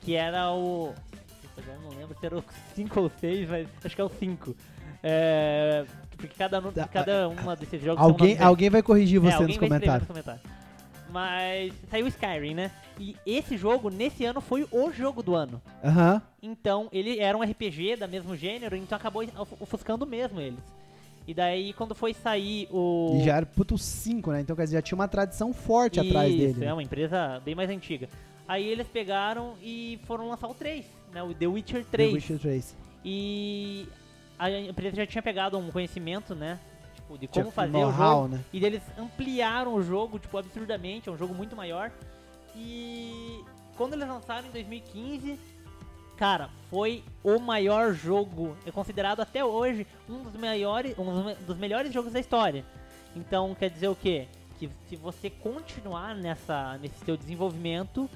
Speaker 3: Que era o. Putz, Agora eu não lembro se era o 5 ou 6, mas acho que é o 5. É, porque cada, nu-
Speaker 1: Tá,
Speaker 3: cada uma desses jogos tem um nome
Speaker 1: Alguém,
Speaker 3: diferente.
Speaker 1: alguém vai corrigir
Speaker 3: É,
Speaker 1: você nos
Speaker 3: alguém vai escrever
Speaker 1: comentários.
Speaker 3: nos comentários. Mas saiu Skyrim, né? E esse jogo, nesse ano, foi o jogo do ano.
Speaker 1: Aham.
Speaker 3: Então, ele era um RPG da mesmo gênero, então acabou of- ofuscando mesmo eles. E daí, quando foi sair o...
Speaker 1: E já era puto 5, né? Então quer dizer, já tinha uma tradição forte atrás
Speaker 3: Isso,
Speaker 1: dele. né?
Speaker 3: é uma empresa bem mais antiga. Aí eles pegaram e foram lançar o 3, né? O The Witcher 3.
Speaker 1: The Witcher 3.
Speaker 3: E a empresa já tinha pegado um conhecimento, né? Tipo, de
Speaker 1: Tinha
Speaker 3: como
Speaker 1: um
Speaker 3: fazer o
Speaker 1: know-how,
Speaker 3: jogo.
Speaker 1: né?
Speaker 3: E eles ampliaram o jogo, tipo, absurdamente. É um jogo muito maior. E quando eles lançaram em 2015, cara, foi o maior jogo. É considerado até hoje um dos maiores, um dos me- dos melhores jogos da história. Então, quer dizer o quê? Que se você continuar nessa, nesse seu desenvolvimento,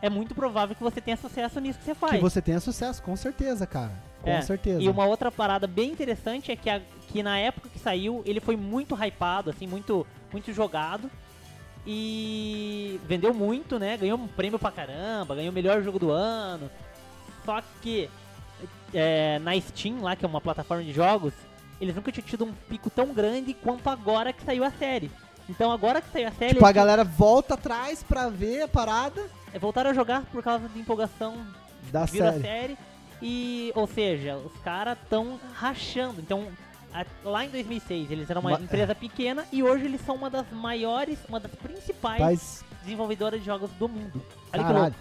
Speaker 3: é muito provável que você tenha sucesso nisso que você faz.
Speaker 1: Que você tenha sucesso, com certeza, cara. Com
Speaker 3: É,
Speaker 1: certeza. Tipo,
Speaker 3: E uma outra parada bem interessante é que, a- que na época que saiu, ele foi muito hypado, assim, muito, muito jogado. E vendeu muito, né? Ganhou um prêmio pra caramba, ganhou o melhor jogo do ano. Só que é, na Steam, lá que é uma plataforma de jogos, eles nunca tinham tido um pico tão grande quanto agora que saiu a série. Então agora que saiu a série,
Speaker 1: Tipo, a
Speaker 3: eles
Speaker 1: galera volta atrás pra ver a parada
Speaker 3: voltaram a jogar por causa de empolgação
Speaker 1: da
Speaker 3: viu a
Speaker 1: série.
Speaker 3: série e, ou seja, os caras estão rachando. Então, a- lá em 2006 eles eram uma
Speaker 1: Ma-
Speaker 3: empresa pequena e hoje eles são uma das maiores, uma das principais
Speaker 1: Mas,
Speaker 3: desenvolvedoras de jogos do mundo. Olha que
Speaker 1: caralho.
Speaker 3: louco.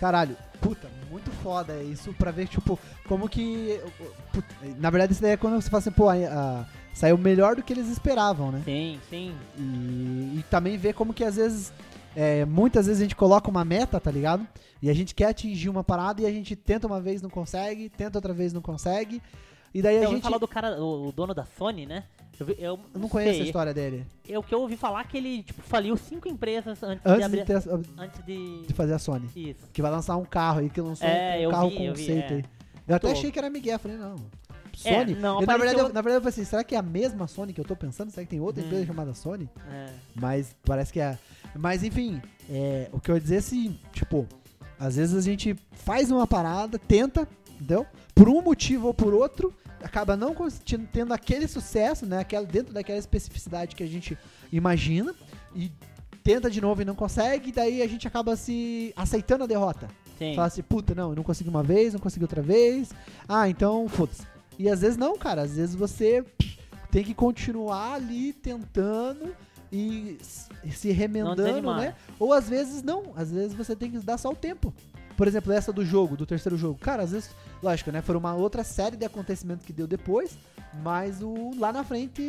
Speaker 1: Caralho. Puta, muito foda isso pra ver, tipo, como que. Puta, na verdade, isso daí é quando você fala assim, pô, a- a- saiu melhor do que eles esperavam, né?
Speaker 3: Sim, sim.
Speaker 1: E, e também ver como que às vezes. é, muitas vezes a gente coloca uma meta, tá ligado? E a gente quer atingir uma parada e a gente tenta uma vez, não consegue, tenta outra vez, não consegue. E daí a
Speaker 3: Então, eu ouvi
Speaker 1: gente.
Speaker 3: falar do cara, o, o dono da Sony, né? Eu, vi- eu
Speaker 1: Eu não conheço
Speaker 3: sei.
Speaker 1: a história dele.
Speaker 3: É o que eu ouvi falar que ele tipo, faliu cinco empresas antes, de
Speaker 1: Antes de,
Speaker 3: abrir.
Speaker 1: ter,
Speaker 3: Antes de.
Speaker 1: de fazer a Sony.
Speaker 3: Isso.
Speaker 1: Que vai lançar um carro aí, que lançou
Speaker 3: É,
Speaker 1: um
Speaker 3: eu
Speaker 1: carro
Speaker 3: vi, eu vi,
Speaker 1: conceito
Speaker 3: é.
Speaker 1: aí. Eu até
Speaker 3: Tô.
Speaker 1: achei que era Miguel, falei, não.
Speaker 3: É,
Speaker 1: Sony?
Speaker 3: não,
Speaker 1: eu, na, verdade,
Speaker 3: apareceu-
Speaker 1: eu, na verdade, eu falei assim, será que é a mesma Sony que eu tô pensando? Será que tem outra
Speaker 3: Hum.
Speaker 1: empresa chamada Sony?
Speaker 3: É.
Speaker 1: Mas parece que é. Mas enfim, é, o que eu ia dizer é assim, tipo, às vezes a gente faz uma parada, tenta, entendeu? Por um motivo ou por outro, acaba não cons- tin- tendo aquele sucesso, né? Aquela, dentro daquela especificidade que a gente imagina, e tenta de novo e não consegue, e daí a gente acaba se aceitando a derrota.
Speaker 3: Sim.
Speaker 1: Fala assim, puta, não, eu não consegui uma vez, não consegui outra vez. Ah, então, foda-se. E às vezes não, cara. Às vezes você tem que continuar ali tentando e s- se remendando,
Speaker 3: desanimar.
Speaker 1: né? Ou às vezes não. Às vezes você tem que dar só o tempo. Por exemplo, essa do jogo, do terceiro jogo. Cara, às vezes, lógico, né? Foi uma outra série de acontecimentos que deu depois, mas o lá na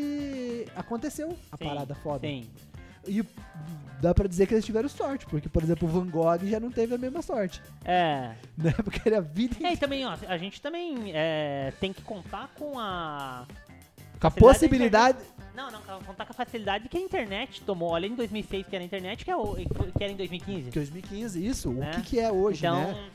Speaker 1: frente aconteceu a
Speaker 3: Sim,
Speaker 1: parada foda.
Speaker 3: Sim.
Speaker 1: E dá pra dizer que eles tiveram sorte, porque, por exemplo, o Van Gogh já não teve a mesma sorte,
Speaker 3: É.
Speaker 1: né? Porque ele a vida
Speaker 3: É, e também, ó, a gente também é, tem que contar com a.
Speaker 1: Com a
Speaker 3: facilidade
Speaker 1: possibilidade.
Speaker 3: Não, não, contar com a facilidade que a internet tomou. Olha em 2006 que era a internet, que, é o- que era em 2015.
Speaker 1: 2015, isso,
Speaker 3: Né?
Speaker 1: o que, que é hoje,
Speaker 3: então,
Speaker 1: né?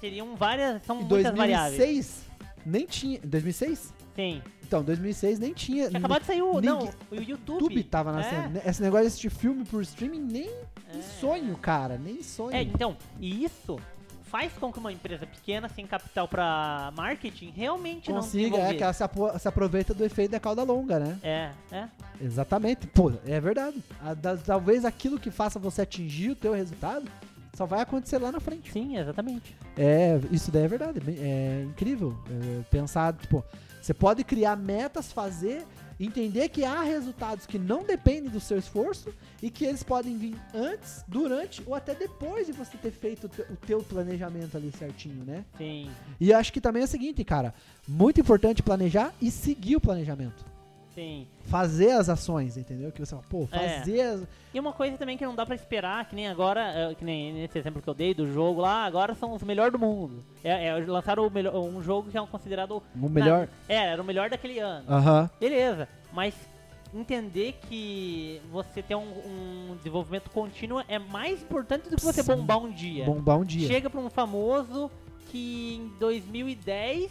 Speaker 3: seriam várias. São
Speaker 1: Em
Speaker 3: muitas variáveis.
Speaker 1: 2006, nem tinha. 2006?
Speaker 3: Sim.
Speaker 1: Então, 2006 nem tinha.
Speaker 3: Tinha acabado de sair o.
Speaker 1: ninguém-
Speaker 3: Não, o
Speaker 1: o
Speaker 3: YouTube.
Speaker 1: YouTube tava
Speaker 3: É,
Speaker 1: nascendo. né? Esse negócio de assistir filme por streaming, nem em
Speaker 3: É.
Speaker 1: sonho, cara. Nem em sonho.
Speaker 3: É, então, e isso faz com que uma empresa pequena, sem capital pra marketing, realmente
Speaker 1: Consiga,
Speaker 3: não
Speaker 1: é
Speaker 3: desenvolver.
Speaker 1: que ela se, apo- se aproveita do efeito da cauda longa, né?
Speaker 3: É, é.
Speaker 1: Exatamente. Pô, é verdade. A- da- talvez aquilo que faça você atingir o teu resultado só vai acontecer lá na frente.
Speaker 3: Sim, exatamente.
Speaker 1: É, isso daí é verdade. bem- É incrível é, pensar, tipo, você pode criar metas, fazer, entender que há resultados que não dependem do seu esforço e que eles podem vir antes, durante ou até depois de você ter feito o te- o teu planejamento ali certinho, né?
Speaker 3: Sim.
Speaker 1: E acho que também é o seguinte, cara, muito importante planejar e seguir o planejamento.
Speaker 3: Sim.
Speaker 1: Fazer as ações, entendeu? Que você fala, pô, fazer as,
Speaker 3: E uma coisa também que não dá pra esperar, que nem agora, eh, que nem nesse exemplo que eu dei do jogo lá, agora são os melhores do mundo. É, é, lançaram o melhor- um jogo que é considerado.
Speaker 1: o melhor.
Speaker 3: É, era o melhor daquele ano.
Speaker 1: Aham.
Speaker 3: Beleza, mas entender que você ter um, um desenvolvimento contínuo é mais importante do que você
Speaker 1: Sim.
Speaker 3: bombar um dia.
Speaker 1: Bombar um dia.
Speaker 3: Chega pra um famoso que em 2010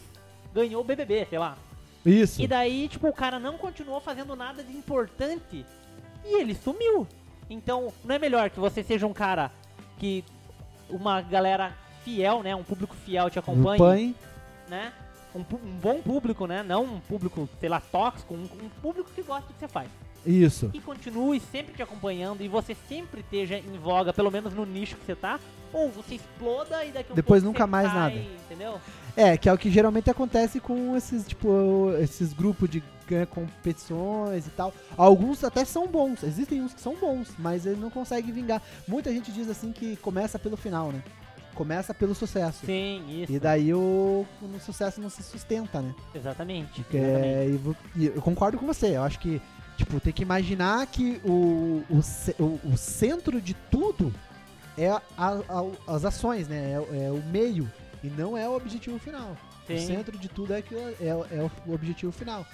Speaker 3: ganhou o BBB, sei lá.
Speaker 1: Isso.
Speaker 3: E daí, tipo, o cara não continuou fazendo nada de importante e ele sumiu. Então, não é melhor que você seja um cara que uma galera fiel, né, um público fiel te acompanhe,
Speaker 1: Acompanhe.
Speaker 3: né? Um, pu- um bom público, né? Não um público, sei lá, tóxico, um, um público que gosta do que você faz.
Speaker 1: Isso.
Speaker 3: E continue sempre te acompanhando e você sempre esteja em voga, pelo menos no nicho que você tá, ou você exploda e daqui a um
Speaker 1: Depois
Speaker 3: pouco
Speaker 1: nunca
Speaker 3: você
Speaker 1: mais
Speaker 3: cai,
Speaker 1: nada.
Speaker 3: Entendeu?
Speaker 1: É, que é o que geralmente acontece com esses, tipo, esses grupos de ganha competições e tal. Alguns até são bons, existem uns que são bons, mas eles não conseguem vingar. Muita gente diz assim que começa pelo final, né? Começa pelo sucesso.
Speaker 3: Sim, isso.
Speaker 1: E daí o, o sucesso não se sustenta, né?
Speaker 3: Exatamente. exatamente.
Speaker 1: É, e vo- e eu concordo com você. Eu acho que, tipo, tem que imaginar que o, o, ce- o- o centro de tudo é a- a- as ações, né? É, o- é o meio e não é o objetivo final. O
Speaker 3: Sim.
Speaker 1: centro de tudo é, que, o- é, o- é o- o objetivo final.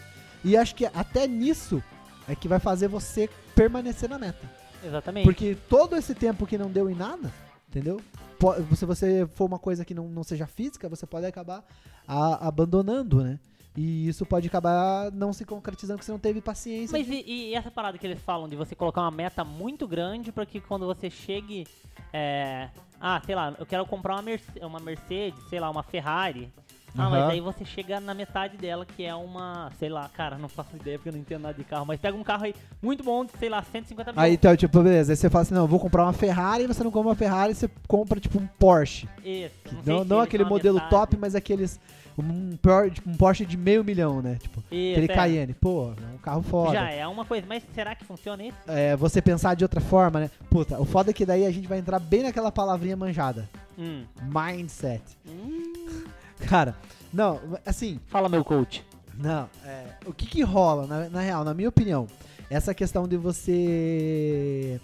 Speaker 1: E acho que até nisso é que vai fazer você permanecer na meta.
Speaker 3: Exatamente.
Speaker 1: Porque todo esse tempo que não deu em nada, entendeu? Po- Se você for uma coisa que não, não seja física, você pode acabar a- abandonando, né? E isso pode acabar não se concretizando porque você não teve paciência.
Speaker 3: Mas e, e essa parada que eles falam de você colocar uma meta muito grande pra que quando você chegue. é, ah, sei lá, eu quero comprar uma, Merce- uma Mercedes, sei lá, uma Ferrari. Ah,
Speaker 1: Aham.
Speaker 3: mas daí você chega na metade dela, que é uma, sei lá, cara, não faço ideia porque eu não entendo nada de carro, mas pega um carro aí muito bom de, sei lá, 150 mil.
Speaker 1: Aí então, tipo, beleza, aí você fala assim, não, eu vou comprar uma Ferrari, você não compra uma Ferrari, você compra tipo um Porsche.
Speaker 3: Isso,
Speaker 1: Que
Speaker 3: sei
Speaker 1: não
Speaker 3: se
Speaker 1: não
Speaker 3: eles
Speaker 1: aquele
Speaker 3: falam
Speaker 1: modelo
Speaker 3: metade.
Speaker 1: top, mas aqueles. Um, Por- tipo, um Porsche de meio milhão, né? Tipo,
Speaker 3: Isso,
Speaker 1: aquele
Speaker 3: é.
Speaker 1: Cayenne. Pô, é um carro foda.
Speaker 3: Já é uma coisa, mas será que funciona isso?
Speaker 1: É, você pensar de outra forma, né? Puta, o foda é que daí a gente vai entrar bem naquela palavrinha manjada.
Speaker 3: Hum.
Speaker 1: Mindset. Cara, não, assim,
Speaker 3: Fala, meu coach.
Speaker 1: não. é, o que que rola, na, na real, na minha opinião? Essa questão de você.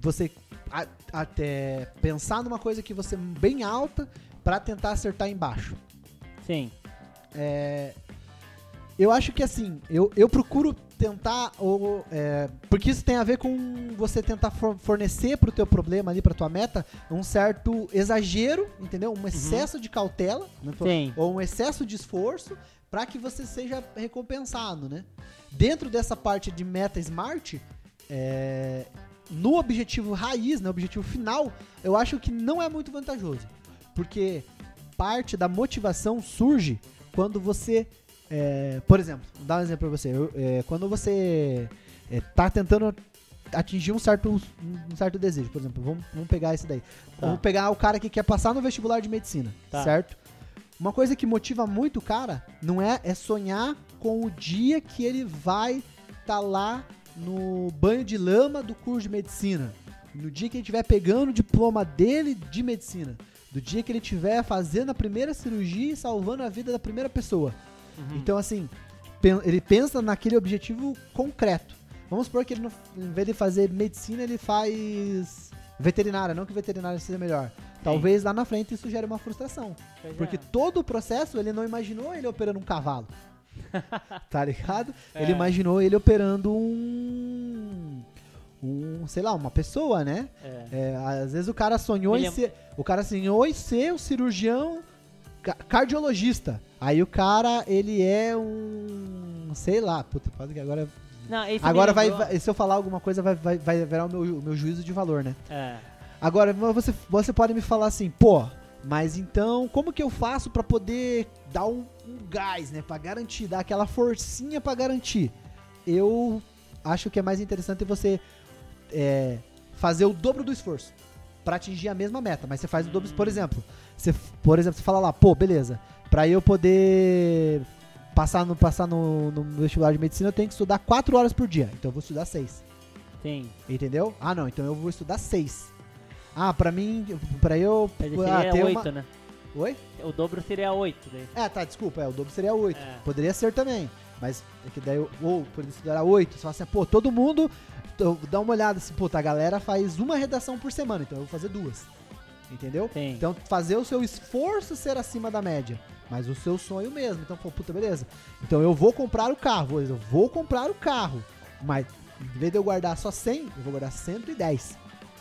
Speaker 1: Você a- até pensar numa coisa que você bem alta pra tentar acertar embaixo.
Speaker 3: Sim.
Speaker 1: Eu acho que assim, eu, eu procuro tentar ou é, porque isso tem a ver com você tentar for- fornecer pro teu problema ali pra tua meta um certo exagero, entendeu? Um excesso de cautela, né?
Speaker 3: Sim.
Speaker 1: ou um excesso de esforço pra que você seja recompensado, né? Dentro dessa parte de meta smart, é, no objetivo raiz, no objetivo final, eu acho que não é muito vantajoso, porque parte da motivação surge quando você, é, por exemplo, vou dar um exemplo pra você, eu, é, quando você é, tá tentando atingir um certo, um certo desejo. Por exemplo, vamos, vamos pegar esse daí.
Speaker 3: Tá.
Speaker 1: Vamos pegar o cara que quer passar no vestibular de medicina,
Speaker 3: Tá.
Speaker 1: certo? Uma coisa que motiva muito o cara não é, é sonhar com o dia que ele vai estar lá no banho de lama do curso de medicina. No dia que ele estiver pegando o diploma dele de medicina. Do dia que ele estiver fazendo a primeira cirurgia e salvando a vida da primeira pessoa. Então, assim, pen- ele pensa naquele objetivo concreto. Vamos supor que ele, não, em vez de fazer medicina, ele faz veterinária. Não que veterinária seja melhor. Talvez lá na frente isso gere uma frustração.
Speaker 3: Pois
Speaker 1: Porque
Speaker 3: é.
Speaker 1: todo o processo ele não imaginou ele operando um cavalo. tá ligado?
Speaker 3: É.
Speaker 1: Ele imaginou ele operando um. Um, sei lá, uma pessoa, né?
Speaker 3: É.
Speaker 1: É, às vezes o cara sonhou
Speaker 3: Ele
Speaker 1: em
Speaker 3: é-
Speaker 1: ser. O cara sonhou em ser o cirurgião ca- cardiologista. Aí o cara, ele é um. Sei lá, puta, quase que agora.
Speaker 3: Não, esse me
Speaker 1: Agora vai,
Speaker 3: lembrou-
Speaker 1: vai- Se eu falar alguma coisa, vai, vai, vai virar o meu, ju- o meu juízo de valor, né?
Speaker 3: É.
Speaker 1: Agora, você, você pode me falar assim, pô, mas então como que eu faço pra poder dar um, um gás, né? Pra garantir, dar aquela forcinha pra garantir. Eu acho que é mais interessante você é, fazer o dobro do esforço pra atingir a mesma meta, mas você faz o dobro, por exemplo. Você, por exemplo, você fala lá, pô, beleza, pra eu poder passar no passar no, no vestibular de medicina, eu tenho que estudar 4 horas por dia. Então eu vou estudar 6.
Speaker 3: Sim.
Speaker 1: Entendeu? Ah, não, então eu vou estudar seis. Ah, pra mim, pra eu.
Speaker 3: Mas esse
Speaker 1: ah,
Speaker 3: seria
Speaker 1: ter
Speaker 3: 8,
Speaker 1: uma-
Speaker 3: né?
Speaker 1: Oi?
Speaker 3: O dobro seria 8. Daí.
Speaker 1: É, tá, desculpa, é, o dobro seria oito.
Speaker 3: É.
Speaker 1: Poderia ser também, mas é que daí eu. Ou poderia estudar oito. Você fala assim, pô, todo mundo. tô- Dá uma olhada assim, pô, tá, a galera faz uma redação por semana, então eu vou fazer duas. Entendeu?
Speaker 3: Sim.
Speaker 1: Então, fazer o seu esforço ser acima da média, mas o seu sonho mesmo. Então, pô, puta, beleza. Então, eu vou comprar o carro, eu vou comprar o carro, mas em vez de eu guardar só 100, eu vou guardar 110.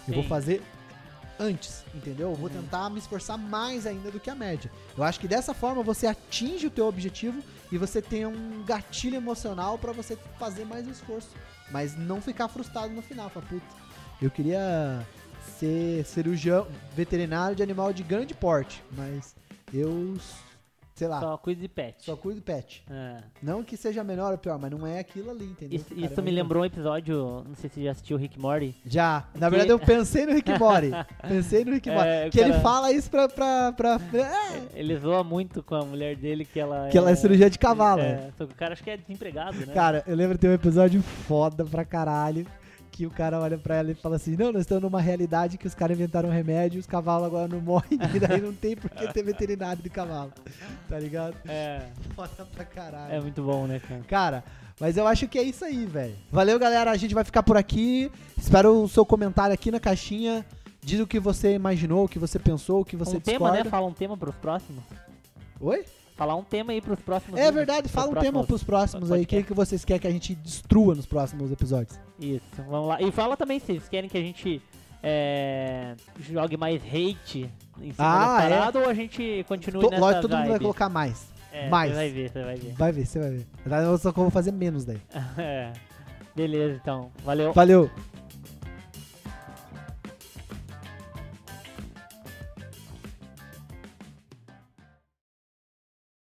Speaker 1: Eu vou
Speaker 3: Sim. Uhum.
Speaker 1: fazer antes, entendeu? Eu vou tentar me esforçar mais ainda do que a média. Eu acho que dessa forma você atinge o teu objetivo e você tem um gatilho emocional pra você fazer mais esforço, mas não ficar frustrado no final, fala, puta, eu queria ser cirurgião veterinário de animal de grande porte, mas eu, sei lá, Ah. só,
Speaker 3: Só cuida de pet.
Speaker 1: cuido de pet.
Speaker 3: É.
Speaker 1: Não que seja melhor ou pior, mas não é aquilo ali, entendeu?
Speaker 3: Isso,
Speaker 1: Cara,
Speaker 3: isso
Speaker 1: é
Speaker 3: me
Speaker 1: um-
Speaker 3: lembrou um episódio, não sei se você já assistiu Rick Morty.
Speaker 1: Já. Na
Speaker 3: Que-
Speaker 1: verdade, eu pensei no Rick Mori. pensei no Rick
Speaker 3: É,
Speaker 1: Mori.
Speaker 3: o
Speaker 1: que ele
Speaker 3: cara-
Speaker 1: fala isso pra. pra, pra é,
Speaker 3: Ele zoa muito com a mulher dele que ela
Speaker 1: que ela é cirurgia de cavalo.
Speaker 3: É, só que o cara acho que é desempregado, né?
Speaker 1: Cara, eu lembro de um episódio foda pra caralho. Que o cara olha pra ela e fala assim: Não, nós estamos numa realidade que os caras inventaram um remédio, os cavalos agora não morrem, e daí não tem por que ter veterinário de cavalo. Tá ligado?
Speaker 3: É,
Speaker 1: Foda pra caralho.
Speaker 3: é muito bom, né, cara?
Speaker 1: Cara, mas eu acho que é isso aí, velho. Valeu, galera. A gente vai ficar por aqui. Espero o seu comentário aqui na caixinha. Diz o que você imaginou, o que você pensou, o que você
Speaker 3: um tema,
Speaker 1: discorda.
Speaker 3: né? Fala um tema pros próximos.
Speaker 1: Oi?
Speaker 3: Falar um tema aí pros próximos.
Speaker 1: É
Speaker 3: vídeos,
Speaker 1: verdade,
Speaker 3: pros
Speaker 1: fala um tema
Speaker 3: próximos-
Speaker 1: pros próximos aí. O que,
Speaker 3: podcast.
Speaker 1: que vocês querem que a gente destrua nos próximos episódios?
Speaker 3: Isso, vamos lá. E fala também se vocês querem que a gente é, jogue mais hate em cima
Speaker 1: Ah,
Speaker 3: da parada ou a gente continue
Speaker 1: To-
Speaker 3: nessa
Speaker 1: lógico, todo
Speaker 3: vibe.
Speaker 1: mundo vai colocar mais.
Speaker 3: É,
Speaker 1: mais.
Speaker 3: Você vai ver, você vai ver.
Speaker 1: Vai ver, você vai ver. Na verdade, Eu só vou fazer menos daí.
Speaker 3: É. Beleza, então. Valeu.
Speaker 1: Valeu!